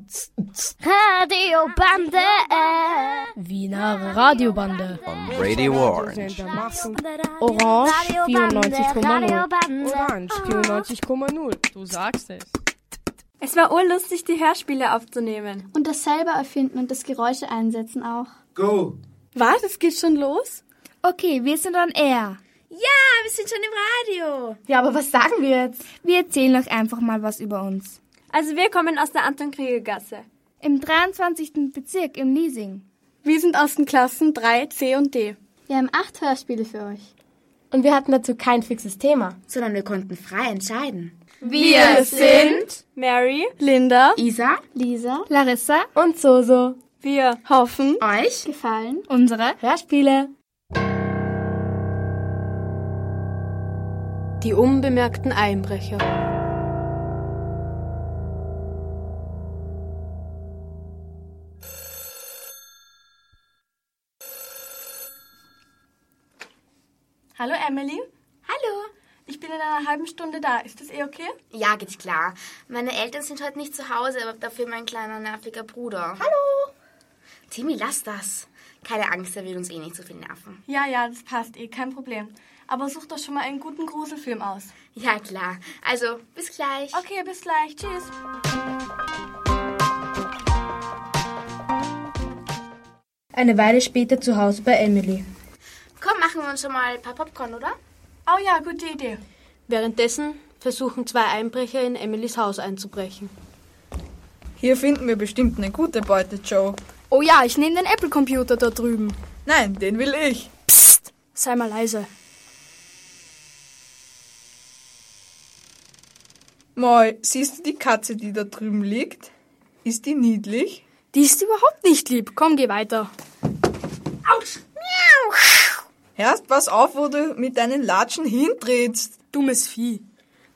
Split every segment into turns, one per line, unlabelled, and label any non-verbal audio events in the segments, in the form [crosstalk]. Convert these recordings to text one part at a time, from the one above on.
Fritz.
Radiobande.
Wiener Radiobande.
Und Radio Orange.
Orange
Radiobande,
94,0.
Radiobande.
Orange
Ah.
94,0.
Du sagst es.
Es war urlustig, die Hörspiele aufzunehmen.
Und das selber erfinden und das Geräusche einsetzen auch.
Go!
Was? Es geht schon los?
Okay, wir sind on air.
Ja, aber was sagen wir jetzt?
Wir erzählen euch einfach mal was über uns.
Also wir kommen aus der Anton Krieger Gasse.
Im 23. Bezirk im Leasing.
Wir sind aus den Klassen 3, C und D.
Wir haben acht Hörspiele für euch.
Und wir hatten dazu kein fixes Thema.
sondern wir konnten frei entscheiden.
Wir sind
Mary, Linda,
Isa,
Lisa,
Larissa,
und Soso.
wir hoffen,
euch,
gefallen.
unsere.
Hörspiele.
Die unbemerkten Einbrecher.
Hallo Emily. Hallo. Ich bin in einer halben Stunde da. Ist das eh okay?
Ja, geht klar. Meine Eltern sind heute nicht zu Hause, aber dafür mein kleiner nerviger Bruder.
Hallo.
Timmy, lass das. Keine Angst, er will uns eh nicht so viel nerven.
Ja, ja, das passt eh, kein Problem. Aber such doch schon mal einen guten Gruselfilm aus.
Ja, klar. Also, bis gleich.
Okay, bis gleich. Tschüss.
Eine Weile später zu Hause bei Emily.
Komm, machen wir uns schon mal ein paar Popcorn, oder?
Oh ja, gute Idee.
Währenddessen versuchen zwei Einbrecher in Emilys Haus einzubrechen.
Hier finden wir bestimmt eine gute Beute, Joe.
Oh ja, ich nehme den Apple-Computer da drüben.
Nein, den will ich.
Sei mal leise.
Moi, siehst du die Katze, die da drüben liegt? Ist die niedlich?
Die ist überhaupt nicht lieb. Komm, geh weiter.
Hörst, pass auf, wo du mit deinen Latschen hintrittst.
Dummes Vieh.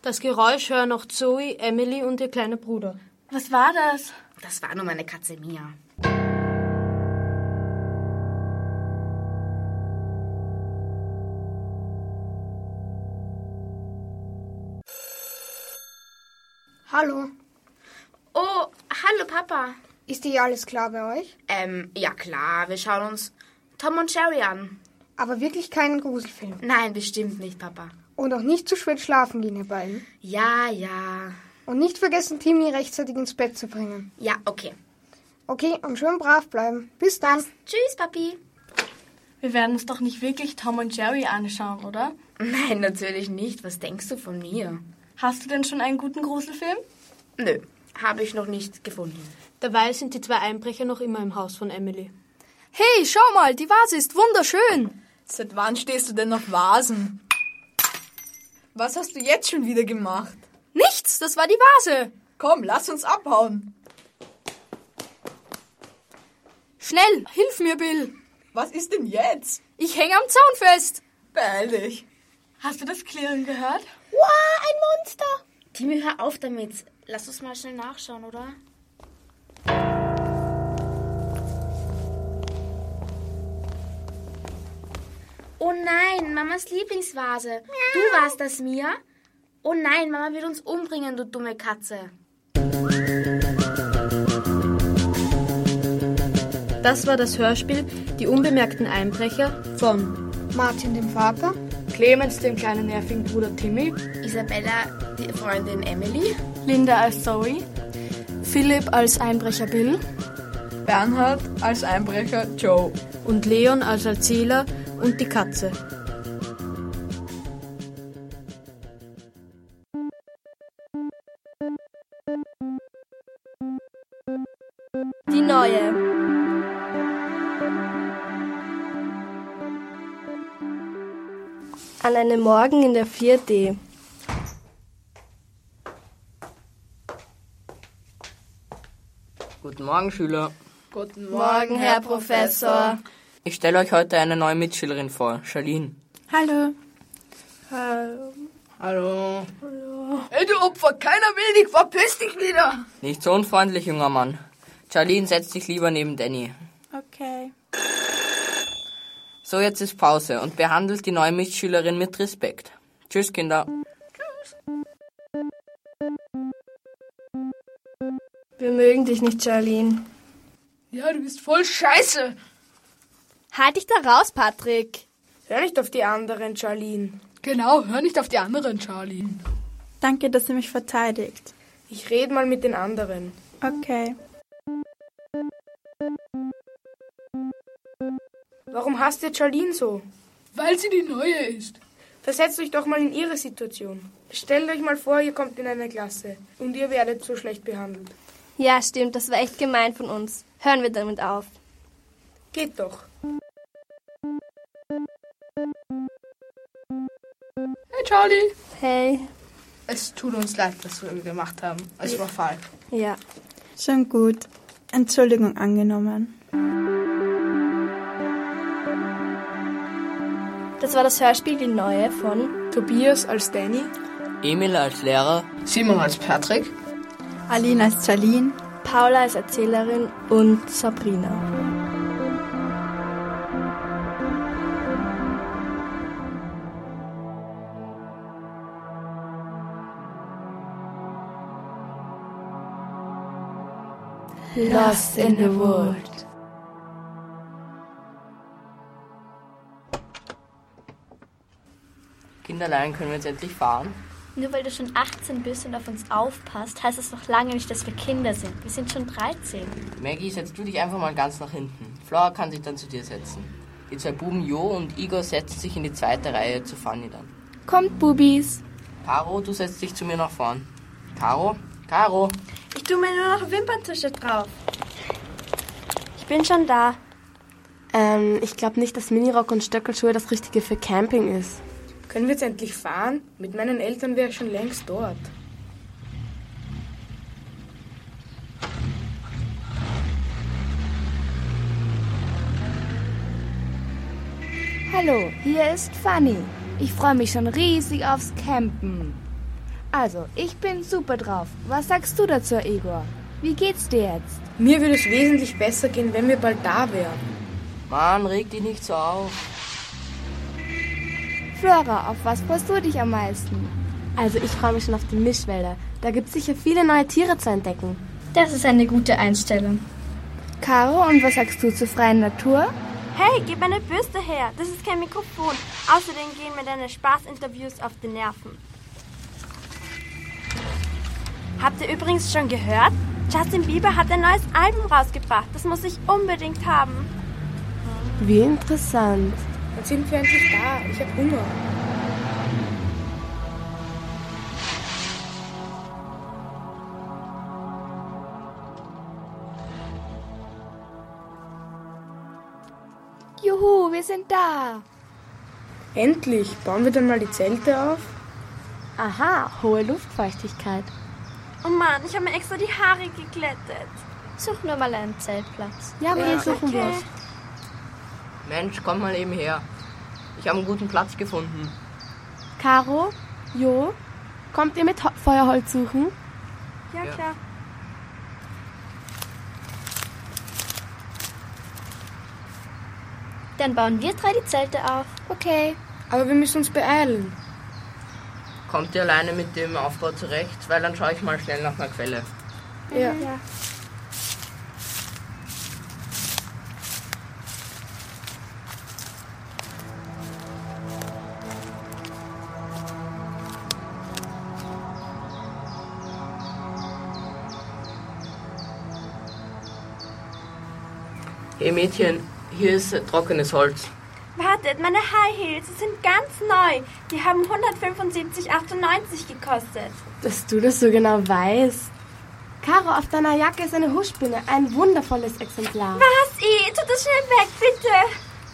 Das Geräusch hören auch Zoe, Emily und ihr kleiner Bruder.
Was war das?
Das war nur meine Katze Mia.
Hallo.
Oh, hallo Papa.
Ist dir alles klar bei euch?
Ähm, ja klar, wir schauen uns Tom und Jerry an.
Aber wirklich keinen Gruselfilm.
Nein, bestimmt nicht, Papa.
Und auch nicht zu spät schlafen gehen, ihr beiden.
Ja, ja.
Und nicht vergessen, Timmy rechtzeitig ins Bett zu bringen.
Ja, okay.
Okay, und schön brav bleiben. Bis dann.
Tschüss, Papi. [laughs]
Wir werden uns doch nicht wirklich Tom und Jerry anschauen, oder?
Nein, natürlich nicht. Was denkst du von mir?
Hast du denn schon einen guten Gruselfilm?
Nö, habe ich noch nicht gefunden.
Dabei sind die zwei Einbrecher noch immer im Haus von Emily.
Hey, schau mal, die Vase ist wunderschön.
Seit wann stehst du denn auf Vasen? Was hast du jetzt schon wieder gemacht?
Nichts, das war die Vase.
Komm, lass uns abhauen.
Schnell, hilf mir, Bill.
Was ist denn jetzt?
Ich hänge am Zaun fest.
Beeil dich.
Hast du das Klirren gehört?
Timmy, hör auf damit. Lass uns mal schnell nachschauen, oder? Oh nein, Mamas Lieblingsvase. Du warst das, Mia? Oh nein, Mama will uns umbringen, du dumme Katze.
Das war das Hörspiel Die unbemerkten Einbrecher von
Martin, dem Vater. Clemens, dem kleinen nervigen Bruder Timmy.
Isabella, die Freundin Emily.
Linda als Zoe. Philipp als Einbrecher Bill.
Bernhard als Einbrecher Joe.
und Leon als Erzähler und die Katze.
Die neue. An einem Morgen in der 4D.
Guten Morgen, Schüler.
Guten
Morgen, Herr Professor.
Ich stelle euch heute eine neue Mitschülerin vor, Charlene.
Hallo.
Hallo.
Ey, du Opfer, keiner will dich, verpiss dich wieder.
Nicht so unfreundlich, junger Mann. Charlene, setz dich lieber neben Danny.
Okay.
So, jetzt ist Pause und behandelt die neue Mitschülerin mit Respekt. Tschüss, Kinder.
Wir mögen dich nicht, Charlene.
Ja, du bist voll scheiße.
Halt dich da raus, Patrick.
Hör nicht auf die anderen, Charlene. Genau, hör nicht auf die anderen, Charlene.
Danke, dass ihr mich verteidigt.
Ich rede mal mit den anderen.
Okay.
Warum hasst ihr Charlene so? Weil sie die Neue ist. Versetzt euch doch mal in ihre Situation. Stellt euch mal vor, ihr kommt in eine Klasse und ihr werdet so schlecht behandelt.
Ja, stimmt, das war echt gemein von uns. Hören wir damit auf.
Geht doch.
Hey, Charlie. Hey.
Es tut uns leid, dass wir gemacht haben. Es war faul.
Ja.
Schon gut. Entschuldigung angenommen.
Das war das Hörspiel Die Neue von
Tobias als Danny,
Emil als Lehrer,
Simon als Patrick,
Aline als Charlene,
Paula als Erzählerin und Sabrina.
Lost in the World.
Kinderlein, können wir jetzt endlich fahren?
Nur weil du schon 18 bist und auf uns aufpasst, heißt es noch lange nicht, dass wir Kinder sind. Wir sind schon 13.
Maggie, setz du dich einfach mal ganz nach hinten. Flora kann sich dann zu dir setzen. Die zwei Buben Jo und Igor setzen sich in die zweite Reihe zu Fanny dann.
Kommt, Bubis.
Caro, du setzt dich zu mir nach vorn. Caro? Caro?
Ich tue mir nur noch Wimperntusche drauf.
Ich bin schon da.
Ähm, ich glaube nicht, dass Minirock und Stöckelschuhe das Richtige für Camping ist.
Können wir jetzt endlich fahren? Mit meinen Eltern wäre ich schon längst dort.
Hallo, hier ist Fanny. Ich freue mich schon riesig aufs Campen. Also, ich bin super drauf. Was sagst du dazu, Igor? Wie geht's dir jetzt?
Mir würde es wesentlich besser gehen, wenn wir bald da wären.
Mann, reg dich nicht so auf.
Flora, auf was freust du dich am meisten?
Also ich freue mich schon auf die Mischwälder. Da gibt es sicher viele neue Tiere zu entdecken.
Das ist eine gute Einstellung.
Caro, und was sagst du zur freien Natur?
Hey, gib meine Bürste her. Das ist kein Mikrofon. Außerdem gehen mir deine Spaßinterviews auf die Nerven. Habt ihr übrigens schon gehört? Justin Bieber hat ein neues Album rausgebracht. Das muss ich unbedingt haben.
Wie interessant.
Dann sind wir endlich da. Ich habe Hunger.
Juhu, wir sind da.
Endlich. Bauen wir dann mal die Zelte auf?
Aha, hohe Luftfeuchtigkeit.
Oh Mann, ich habe mir extra die Haare geglättet.
Such nur mal einen Zeltplatz.
Ja, wir suchen
okay.
was.
Mensch, komm mal eben her. Ich habe einen guten Platz gefunden.
Caro, Jo, kommt ihr mit Ho Feuerholz suchen?
Ja,
Ja.
klar.
Dann bauen wir drei die Zelte auf.
Okay.
Aber wir müssen uns beeilen.
Kommt ihr alleine mit dem Aufbau zurecht? Weil dann schaue ich mal schnell nach einer Quelle.
Ja.
Hey Mädchen, hier ist trockenes Holz.
Wartet, meine High Heels, sie sind ganz neu. Die haben 175,98 gekostet.
Dass du das so genau weißt. Caro, auf deiner Jacke ist eine Huschspinne. Ein wundervolles Exemplar.
Was? I, tu das schnell weg, bitte.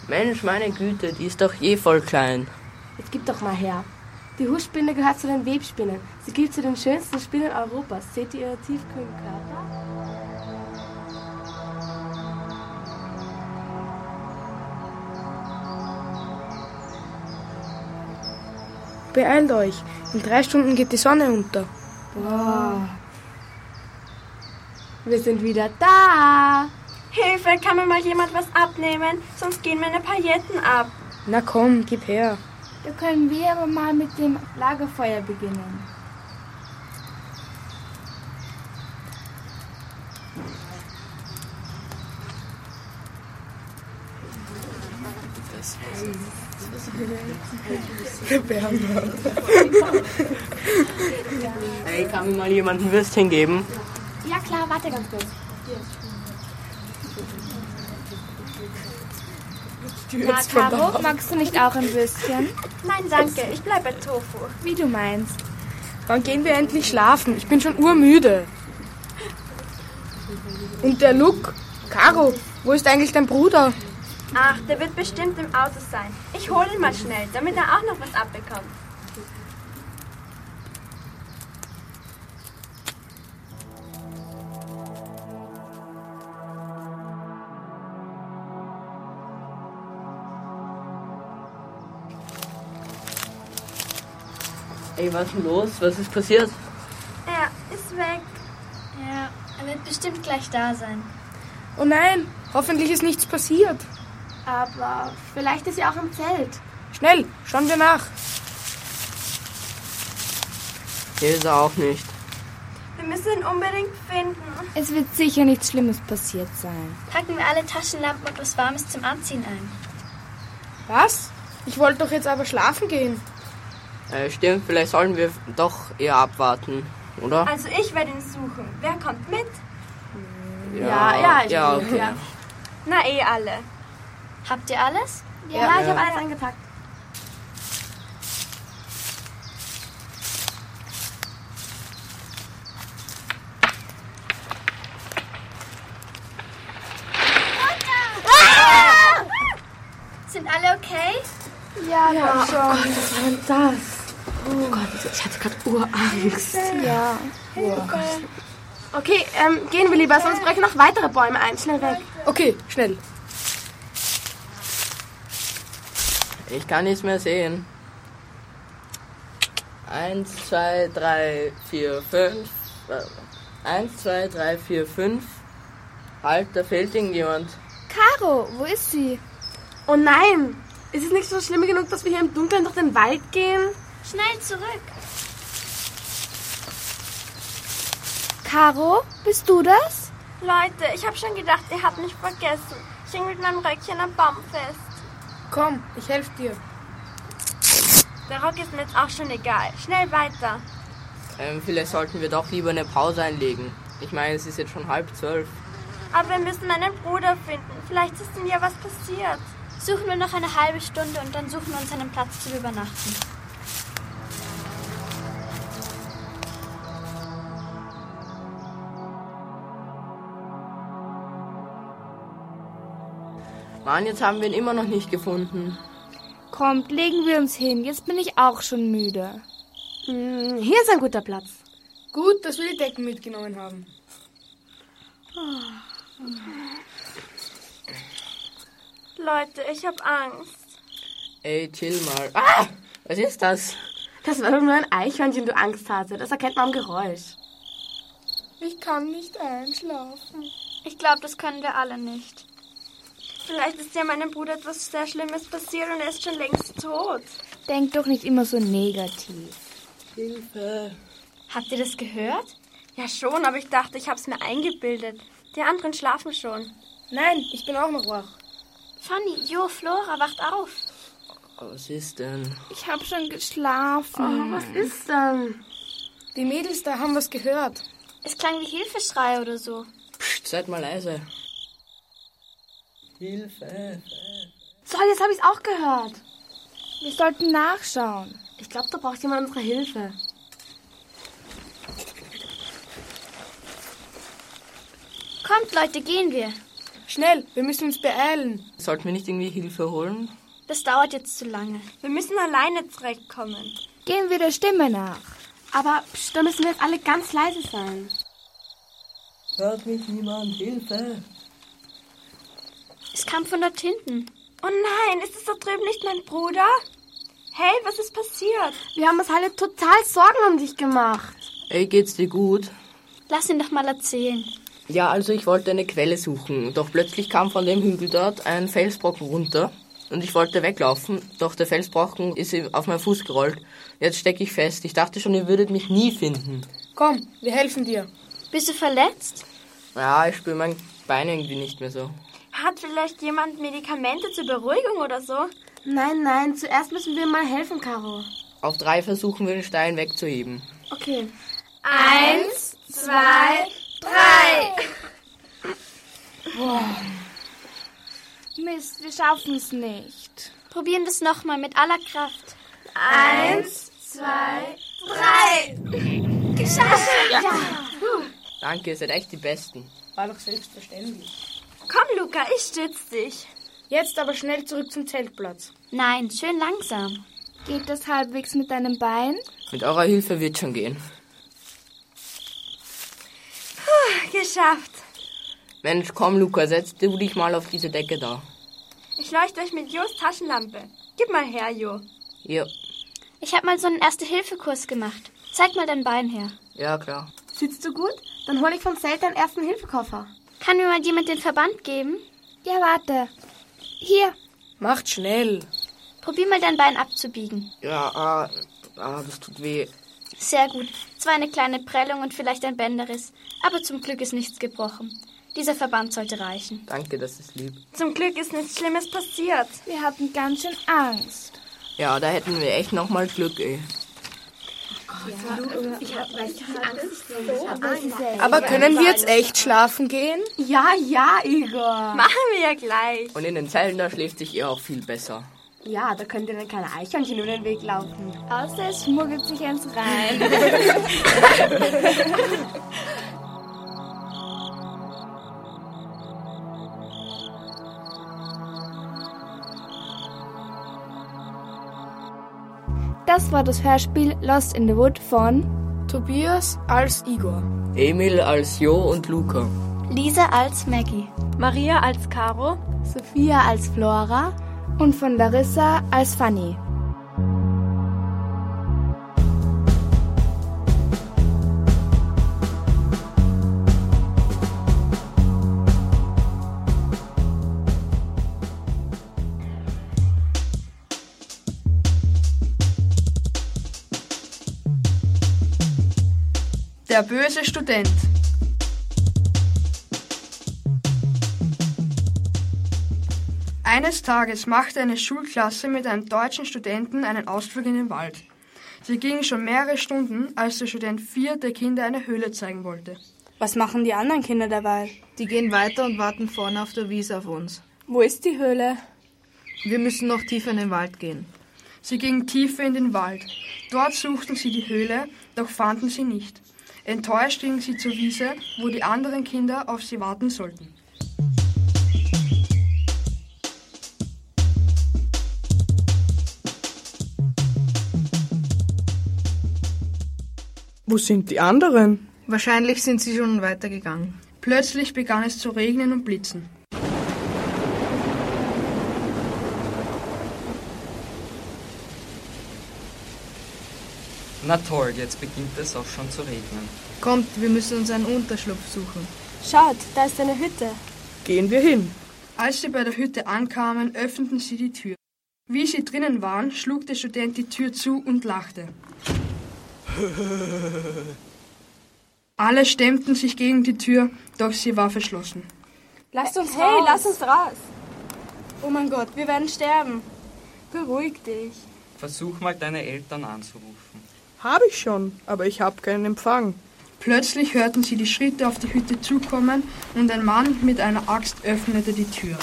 Mensch, meine Güte, die ist doch eh voll klein.
Jetzt gib doch mal her. Die Huschspinne gehört zu den Webspinnen. Sie gilt zu den schönsten Spinnen Europas. Seht ihr ihre tiefkühlen Körper?
Beeilt euch. In drei Stunden geht die Sonne unter.
Boah. Wir sind wieder da.
Hilfe, kann mir mal jemand was abnehmen? Sonst gehen meine Pailletten ab.
Na komm, gib her.
Da können wir aber mal mit dem Lagerfeuer beginnen.
das?
Der Bernhard.
Ey, kann mir mal jemand ein Würstchen geben?
Ja klar, warte ganz kurz.
Na, Caro, magst du nicht auch ein Würstchen?
Nein, danke. Ich bleibe bei Tofu.
Wie du meinst.
Wann gehen wir endlich schlafen? Ich bin schon urmüde. Und der Luke? Caro, wo ist eigentlich dein Bruder?
Ach, der wird bestimmt im Auto sein. Ich hole ihn mal schnell, damit er auch noch was abbekommt.
Ey, was ist denn los? Was ist passiert?
Er ist weg. Ja, er wird bestimmt gleich da sein.
Oh nein, hoffentlich ist nichts passiert.
Aber vielleicht ist er auch im Zelt.
Schnell, schauen wir nach.
Hier ist er auch nicht.
Wir müssen ihn unbedingt finden.
Es wird sicher nichts Schlimmes passiert sein.
Packen wir alle Taschenlampen und was Warmes zum Anziehen ein.
Was? Ich wollte doch jetzt aber schlafen gehen.
Äh, stimmt, vielleicht sollen wir doch eher abwarten, oder?
Also ich werde ihn suchen. Wer kommt mit?
Ja,
ja, ich
ja,
will,
okay.
ja. Na eh alle.
Habt ihr alles?
Ja, ich habe alles angepackt.
Sind alle okay?
Ja,
Ja,
komm schon.
oh
was war denn das? Oh Gott, ich hatte gerade Urangst.
Ja.
Okay, ähm, gehen wir lieber, sonst brechen noch weitere Bäume ein. Schnell weg.
Okay, schnell.
Ich kann nichts mehr sehen. Eins, zwei, drei, vier, fünf. Äh, Eins, zwei, drei, vier, fünf. Halt, da fehlt irgendjemand.
Caro, wo ist sie? Oh nein! Ist es nicht so schlimm genug, dass wir hier im Dunkeln durch den Wald gehen?
Schnell zurück.
Caro, bist du das?
Leute, ich habe schon gedacht, ihr habt mich vergessen. Ich hing mit meinem Röckchen am Baum fest.
Komm, ich helfe dir.
Der Rock ist mir jetzt auch schon egal. Schnell weiter.
Ähm, vielleicht sollten wir doch lieber eine Pause einlegen. Ich meine, es ist jetzt schon halb zwölf.
Aber wir müssen meinen Bruder finden. Vielleicht ist ihm ja was passiert.
Suchen wir noch eine halbe Stunde und dann suchen wir uns einen Platz zum Übernachten.
Mann, jetzt haben wir ihn immer noch nicht gefunden.
Kommt, legen wir uns hin. Jetzt bin ich auch schon müde.
Hm, hier ist ein guter Platz.
Gut, dass wir die Decken mitgenommen haben.
Leute, ich habe Angst.
Ey, chill mal. Ah! Was ist das?
Das war doch nur ein Eichhörnchen, du Angst hatte. Das erkennt man am Geräusch.
Ich kann nicht einschlafen.
Ich glaube, das können wir alle nicht.
Vielleicht ist ja meinem Bruder etwas sehr Schlimmes passiert und er ist schon längst tot.
Denk doch nicht immer so negativ.
Hilfe.
Habt ihr das gehört? Ja schon, aber ich dachte, ich habe es mir eingebildet. Die anderen schlafen schon.
Nein, ich bin auch noch wach.
Fanny, Jo, Flora, wacht auf.
Was ist denn?
Ich habe schon geschlafen.
Oh, was ist denn? Die Mädels da haben was gehört.
Es klang wie Hilfeschrei oder so.
Psst, seid mal leise. Hilfe.
So, jetzt habe ich es auch gehört.
Wir sollten nachschauen.
Ich glaube, da braucht jemand unsere Hilfe.
Kommt, Leute, gehen wir.
Schnell, wir müssen uns beeilen.
Sollten wir nicht irgendwie Hilfe holen?
Das dauert jetzt zu lange.
Wir müssen alleine zurechtkommen.
Gehen wir der Stimme nach.
Aber psch, da müssen wir jetzt alle ganz leise sein.
Hört mich niemand, Hilfe!
Es kam von dort hinten.
Oh nein, ist es da drüben nicht mein Bruder? Hey, was ist passiert?
Wir haben uns alle total Sorgen um dich gemacht.
Ey, geht's dir gut?
Lass ihn doch mal erzählen.
Ja, also ich wollte eine Quelle suchen, doch plötzlich kam von dem Hügel dort ein Felsbrocken runter und ich wollte weglaufen, doch der Felsbrocken ist auf meinen Fuß gerollt. Jetzt stecke ich fest. Ich dachte schon, ihr würdet mich nie finden.
Komm, wir helfen dir.
Bist du verletzt?
Ja, ich spüre mein Bein irgendwie nicht mehr so.
Hat vielleicht jemand Medikamente zur Beruhigung oder so?
Nein, nein, zuerst müssen wir mal helfen, Caro.
Auf drei versuchen wir den Stein wegzuheben.
Okay.
Eins, zwei, drei.
Boah. Mist, wir schaffen es nicht.
Probieren wir es nochmal mit aller Kraft.
Eins, zwei, drei.
Geschafft! Ja. ja. Danke, ihr seid echt die Besten.
War doch selbstverständlich.
Komm, Luca, ich stütze dich.
Jetzt aber schnell zurück zum Zeltplatz.
Nein, schön langsam.
Geht das halbwegs mit deinem Bein?
Mit eurer Hilfe wird schon gehen.
Puh, geschafft.
Mensch, komm, Luca, setz du dich mal auf diese Decke da.
Ich leuchte euch mit Jos Taschenlampe. Gib mal her, Jo.
Ja.
Ich habe mal so einen Erste-Hilfe-Kurs gemacht. Zeig mal dein Bein her.
Ja, klar.
Sitzt du gut? Dann hole ich vom Zelt deinen ersten Hilfekoffer.
Kann mir mal jemand den Verband geben?
Ja, warte. Hier.
Macht schnell.
Probier mal dein Bein abzubiegen.
Ja, ah, ah, das tut weh.
Sehr gut. Zwar eine kleine Prellung und vielleicht ein Bänderriss, aber zum Glück ist nichts gebrochen. Dieser Verband sollte reichen.
Danke, das ist lieb.
Zum Glück ist nichts Schlimmes passiert.
Wir hatten ganz schön Angst.
Ja, da hätten wir echt nochmal Glück, ey.
Aber können wir jetzt echt schlafen gehen?
Ja, ja, Igor.
Machen wir ja gleich.
Und in den Zellen, da schläft sich ihr auch viel besser.
Ja, da könnt ihr dann keine Eichhörnchen über den Weg laufen.
Außer es schmuggelt sich eins rein. Das war das Hörspiel Lost in the Wood von
Tobias als Igor,
Emil als Jo und Luca,
Lisa als Maggie,
Maria als Caro,
Sophia als Flora
und von Larissa als Fanny.
Der böse Student. Eines Tages machte eine Schulklasse mit einem deutschen Studenten einen Ausflug in den Wald. Sie gingen schon mehrere Stunden, als der Student vier der Kinder eine Höhle zeigen wollte.
Was machen die anderen Kinder dabei?
Die gehen weiter und warten vorne auf der Wiese auf uns.
Wo ist die Höhle?
Wir müssen noch tiefer in den Wald gehen. Sie gingen tiefer in den Wald. Dort suchten sie die Höhle, doch fanden sie nicht. Enttäuscht gingen sie zur Wiese, wo die anderen Kinder auf sie warten sollten.
Wo sind die anderen?
Wahrscheinlich sind sie schon weitergegangen. Plötzlich begann es zu regnen und blitzen.
Na toll, jetzt beginnt es auch schon zu regnen.
Kommt, wir müssen uns einen Unterschlupf suchen.
Schaut, da ist eine Hütte.
Gehen wir hin.
Als sie bei der Hütte ankamen, öffneten sie die Tür. Wie sie drinnen waren, schlug der Student die Tür zu und
[laughs]
lachte. Alle stemmten sich gegen die Tür, doch sie war verschlossen.
Lasst uns
hey,
raus!
Hey, lass uns raus!
Oh mein Gott, wir werden sterben. Beruhig dich.
Versuch mal deine Eltern anzurufen.
Habe ich schon, aber ich habe keinen Empfang.
Plötzlich hörten sie die Schritte auf die Hütte zukommen und ein Mann mit einer Axt öffnete die Tür.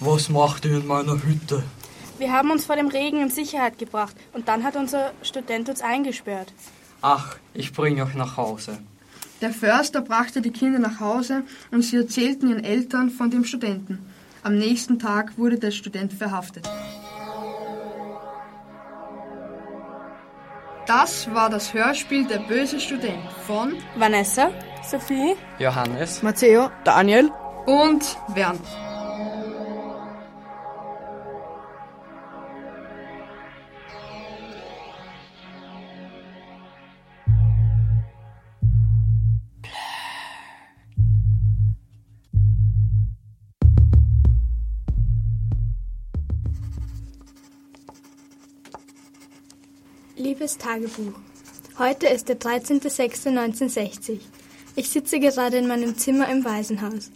Was macht ihr in meiner Hütte?
Wir haben uns vor dem Regen in Sicherheit gebracht und dann hat unser Student uns eingesperrt.
Ach, ich bringe euch nach Hause.
Der Förster brachte die Kinder nach Hause und sie erzählten ihren Eltern von dem Studenten. Am nächsten Tag wurde der Student verhaftet. Das war das Hörspiel Der böse Student von
Vanessa, Sophie,
Johannes,
Matteo, Daniel
und Bernd.
Liebes Tagebuch. Heute ist der 13.06.1960.
Ich sitze gerade in meinem Zimmer im Waisenhaus.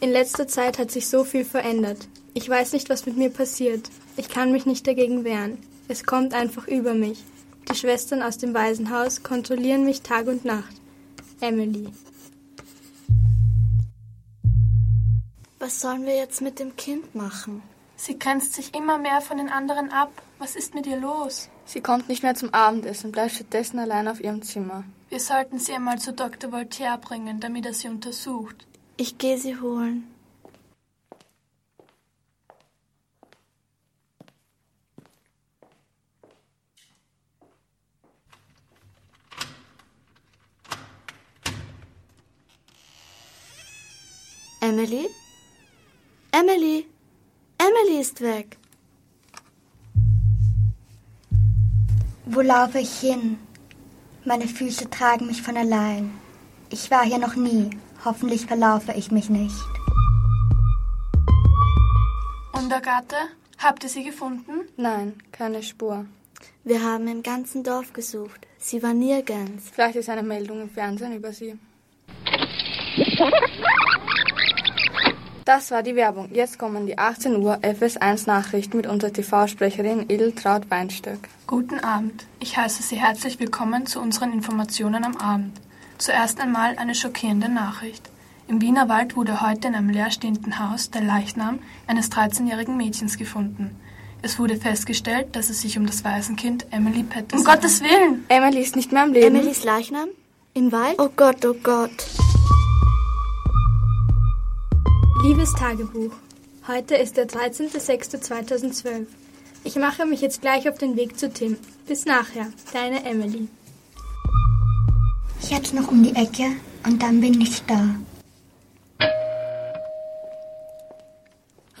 In letzter Zeit hat sich so viel verändert. Ich weiß nicht, was mit mir passiert. Ich kann mich nicht dagegen wehren. Es kommt einfach über mich. Die Schwestern aus dem Waisenhaus kontrollieren mich Tag und Nacht. Emily.
Was sollen wir jetzt mit dem Kind machen?
Sie grenzt sich immer mehr von den anderen ab. Was ist mit ihr los?
Sie kommt nicht mehr zum Abendessen und bleibt stattdessen allein auf ihrem Zimmer.
Wir sollten sie einmal zu Dr. Voltaire bringen, damit er sie untersucht.
Ich gehe sie holen. Emily? Emily? Emily ist weg.
Wo laufe ich hin? Meine Füße tragen mich von allein. Ich war hier noch nie. Hoffentlich verlaufe ich mich nicht.
Und Agathe, habt ihr sie gefunden?
Nein, keine Spur.
Wir haben im ganzen Dorf gesucht. Sie war nirgends.
Vielleicht ist eine Meldung im Fernsehen über sie. Das war die Werbung. Jetzt kommen die 18 Uhr FS1 Nachrichten mit unserer TV-Sprecherin Edeltraut Weinstöck.
Guten Abend. Ich heiße Sie herzlich willkommen zu unseren Informationen am Abend. Zuerst einmal eine schockierende Nachricht. Im Wienerwald wurde heute in einem leerstehenden Haus der Leichnam eines 13-jährigen Mädchens gefunden. Es wurde festgestellt, dass es sich um das Waisenkind Emily Patterson.
Um Gottes Willen! Emily ist nicht mehr am Leben.
Emilys Leichnam? Im Wald? Oh Gott, oh Gott.
Liebes Tagebuch, heute ist der 13.06.2012. Ich mache mich jetzt gleich auf den Weg zu Tim. Bis nachher, deine Emily.
Ich hatte noch um die Ecke und dann bin ich da.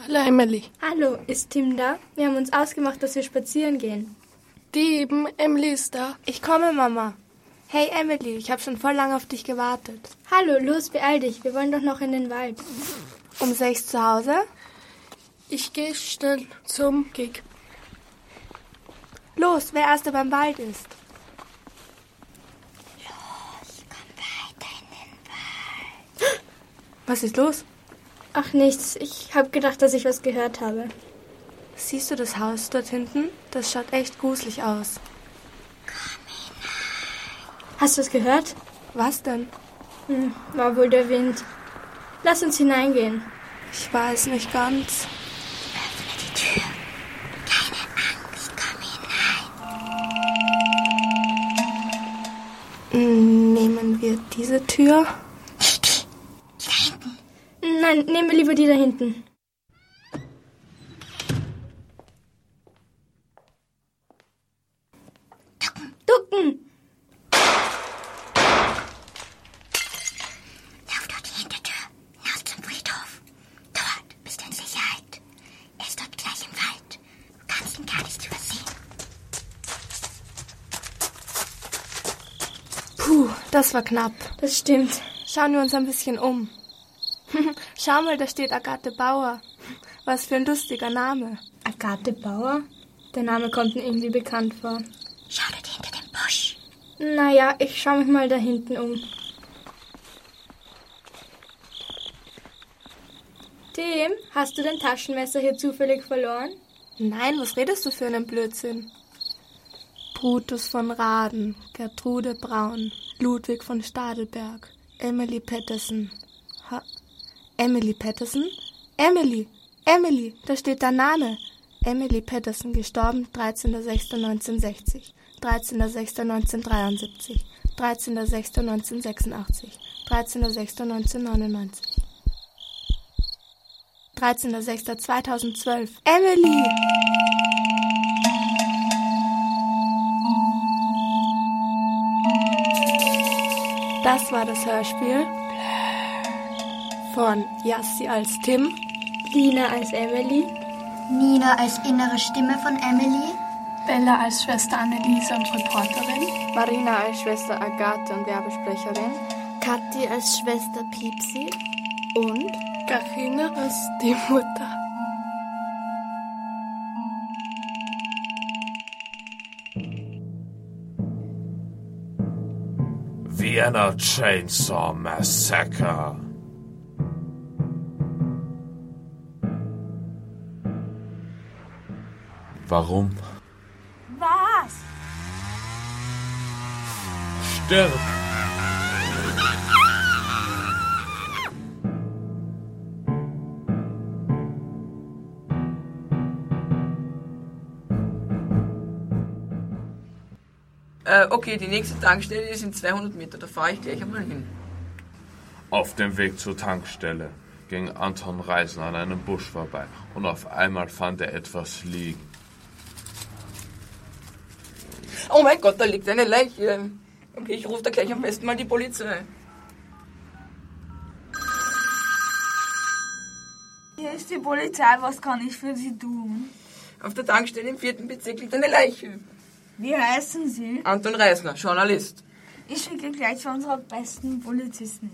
Hallo Emily.
Hallo, ist Tim da? Wir haben uns ausgemacht, dass wir spazieren gehen.
Tim, Emily ist da.
Ich komme, Mama. Hey Emily, ich habe schon voll lange auf dich gewartet.
Hallo, los, beeil dich. Wir wollen doch noch in den Wald.
Um sechs zu Hause?
Ich gehe schnell zum Gig.
Los, wer erster beim Wald ist.
Los, komm weiter in den Wald.
Was ist los?
Ach nichts, ich habe gedacht, dass ich was gehört habe.
Siehst du das Haus dort hinten? Das schaut echt gruselig aus.
Komm hinein.
Hast du es gehört?
Was denn?
Hm, war wohl der Wind. Lass uns hineingehen.
Ich weiß nicht ganz.
Öffne die Tür. Keine Angst, komm hinein.
Nehmen wir diese Tür?
Die, die, die da hinten.
Nein, nehmen wir lieber die da hinten.
Ducken.
Ducken.
Das war knapp.
Das stimmt.
Schauen wir uns ein bisschen um. [laughs] Schau mal, da steht Agathe Bauer. Was für ein lustiger Name.
Agathe Bauer? Der Name kommt mir irgendwie bekannt vor.
Schau dort hinter dem Busch.
Naja, ich schaue mich mal da hinten um. Tim, hast du dein Taschenmesser hier zufällig verloren?
Nein, was redest du für einen Blödsinn? Brutus von Raden, Gertrude Braun, Ludwig von Stadelberg, Emily Patterson. Ha Emily Patterson? Emily! Emily! Da steht dein Name! Emily Patterson, gestorben 13.06.1960, 13.06.1973, 13.06.1986, 13.06.1999, 13.06.2012. Emily! Das war das Hörspiel von Yassi als Tim,
Lina als Emily,
Nina als innere Stimme von Emily,
Bella als Schwester Anneliese und Reporterin,
Marina als Schwester Agathe und Werbesprecherin,
Kathi als Schwester Piepsi und
Karina als die Mutter. Vienna Chainsaw Massacre. Warum?
Was?
Stirb!
Äh, okay, die nächste Tankstelle ist in 200 Meter, da fahre ich gleich einmal hin.
Auf dem Weg zur Tankstelle ging Anton Reisen an einem Busch vorbei und auf einmal fand er etwas liegen.
Oh mein Gott, da liegt eine Leiche. Okay, ich rufe da gleich am besten mal die Polizei.
Hier ist die Polizei, was kann ich für Sie tun?
Auf der Tankstelle im vierten Bezirk liegt eine Leiche.
Wie heißen Sie?
Anton Reisner, Journalist.
Ich schicke gleich zu unserer besten Polizisten.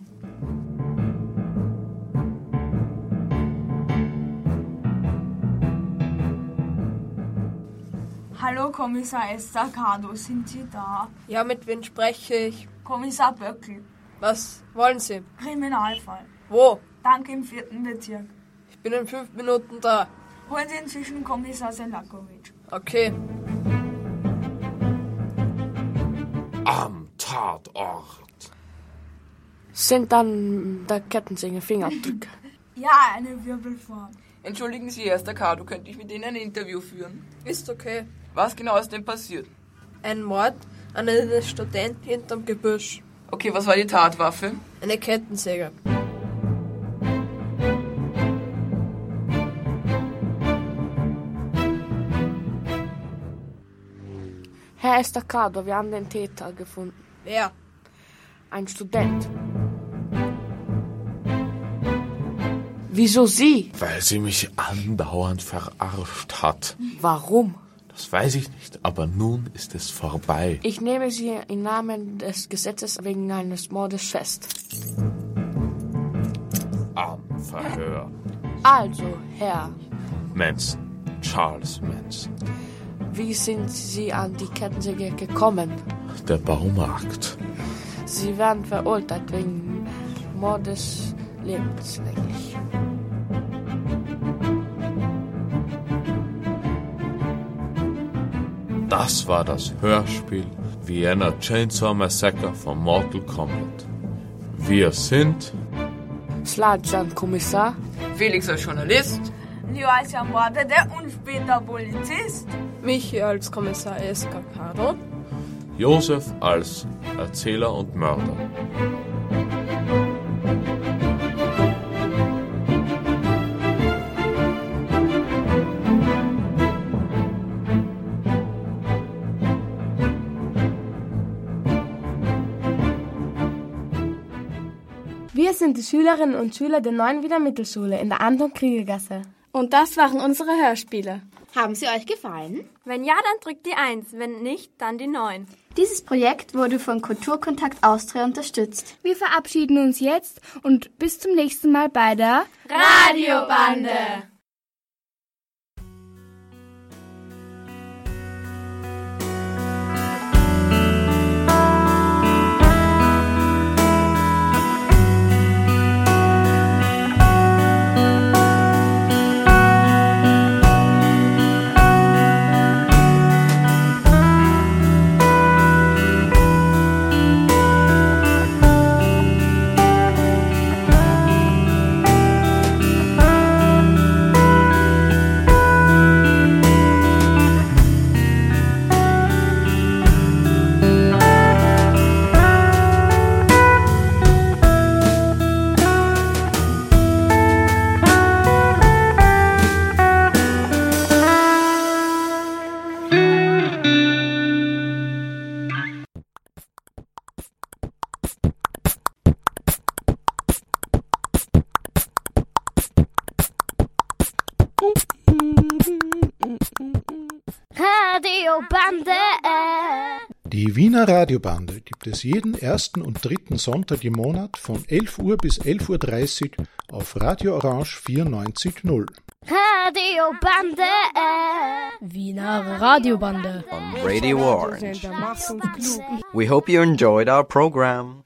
Hallo Kommissar Estacado, sind Sie da?
Ja, mit wem spreche ich?
Kommissar Böckel,
Was wollen Sie?
Kriminalfall.
Wo?
Danke im vierten Bezirk.
Ich bin in fünf Minuten da.
Holen Sie inzwischen Kommissar Selakovic.
Okay.
Am Tatort.
Sind dann der Kettensäge Fingerabdrücke.
Ja, eine Wirbelform.
Entschuldigen Sie, Herr Staccato, könnte ich mit Ihnen ein Interview führen?
Ist okay.
Was genau ist denn passiert?
Ein Mord an einem Studenten hinterm Gebüsch.
Okay, was war die Tatwaffe?
Eine Kettensäge.
Herr Estacado, wir haben den Täter gefunden.
Wer?
Ein Student. Wieso Sie?
Weil sie mich andauernd verarscht hat.
Warum?
Das weiß ich nicht, aber nun ist es vorbei.
Ich nehme Sie im Namen des Gesetzes wegen eines Mordes fest.
Am Verhör.
Also, Herr,
Manson. Charles Manson.
wie sind Sie an die Kettensäge gekommen?
Der Baumarkt.
Sie werden verurteilt wegen Mordes lebenslänglich.
Das war das Hörspiel Vienna Chainsaw Massacre von Mortal Kombat. Wir sind
Sladjan Kommissar.
Felix als Journalist.
Leo als Ermordete und später Polizist.
Michi als Kommissar Escacado.
Josef als Erzähler und Mörder.
Wir sind die Schülerinnen und Schüler der neuen Wiener Mittelschule in der Anton-Krieger-Gasse.
Und das waren unsere Hörspiele.
Haben sie euch gefallen? Wenn ja, dann drückt die 1, wenn nicht, dann die 9.
Dieses Projekt wurde von Kulturkontakt Austria unterstützt.
Wir verabschieden uns jetzt und bis zum nächsten Mal bei der
Radiobande. Radiobande.
Die Wiener Radiobande gibt es jeden ersten und dritten Sonntag im Monat von 11 Uhr bis 11.30 Uhr auf Radio Orange 94.0.
Radiobande.
Wiener Radiobande.
On Radio Orange. We hope you enjoyed our program.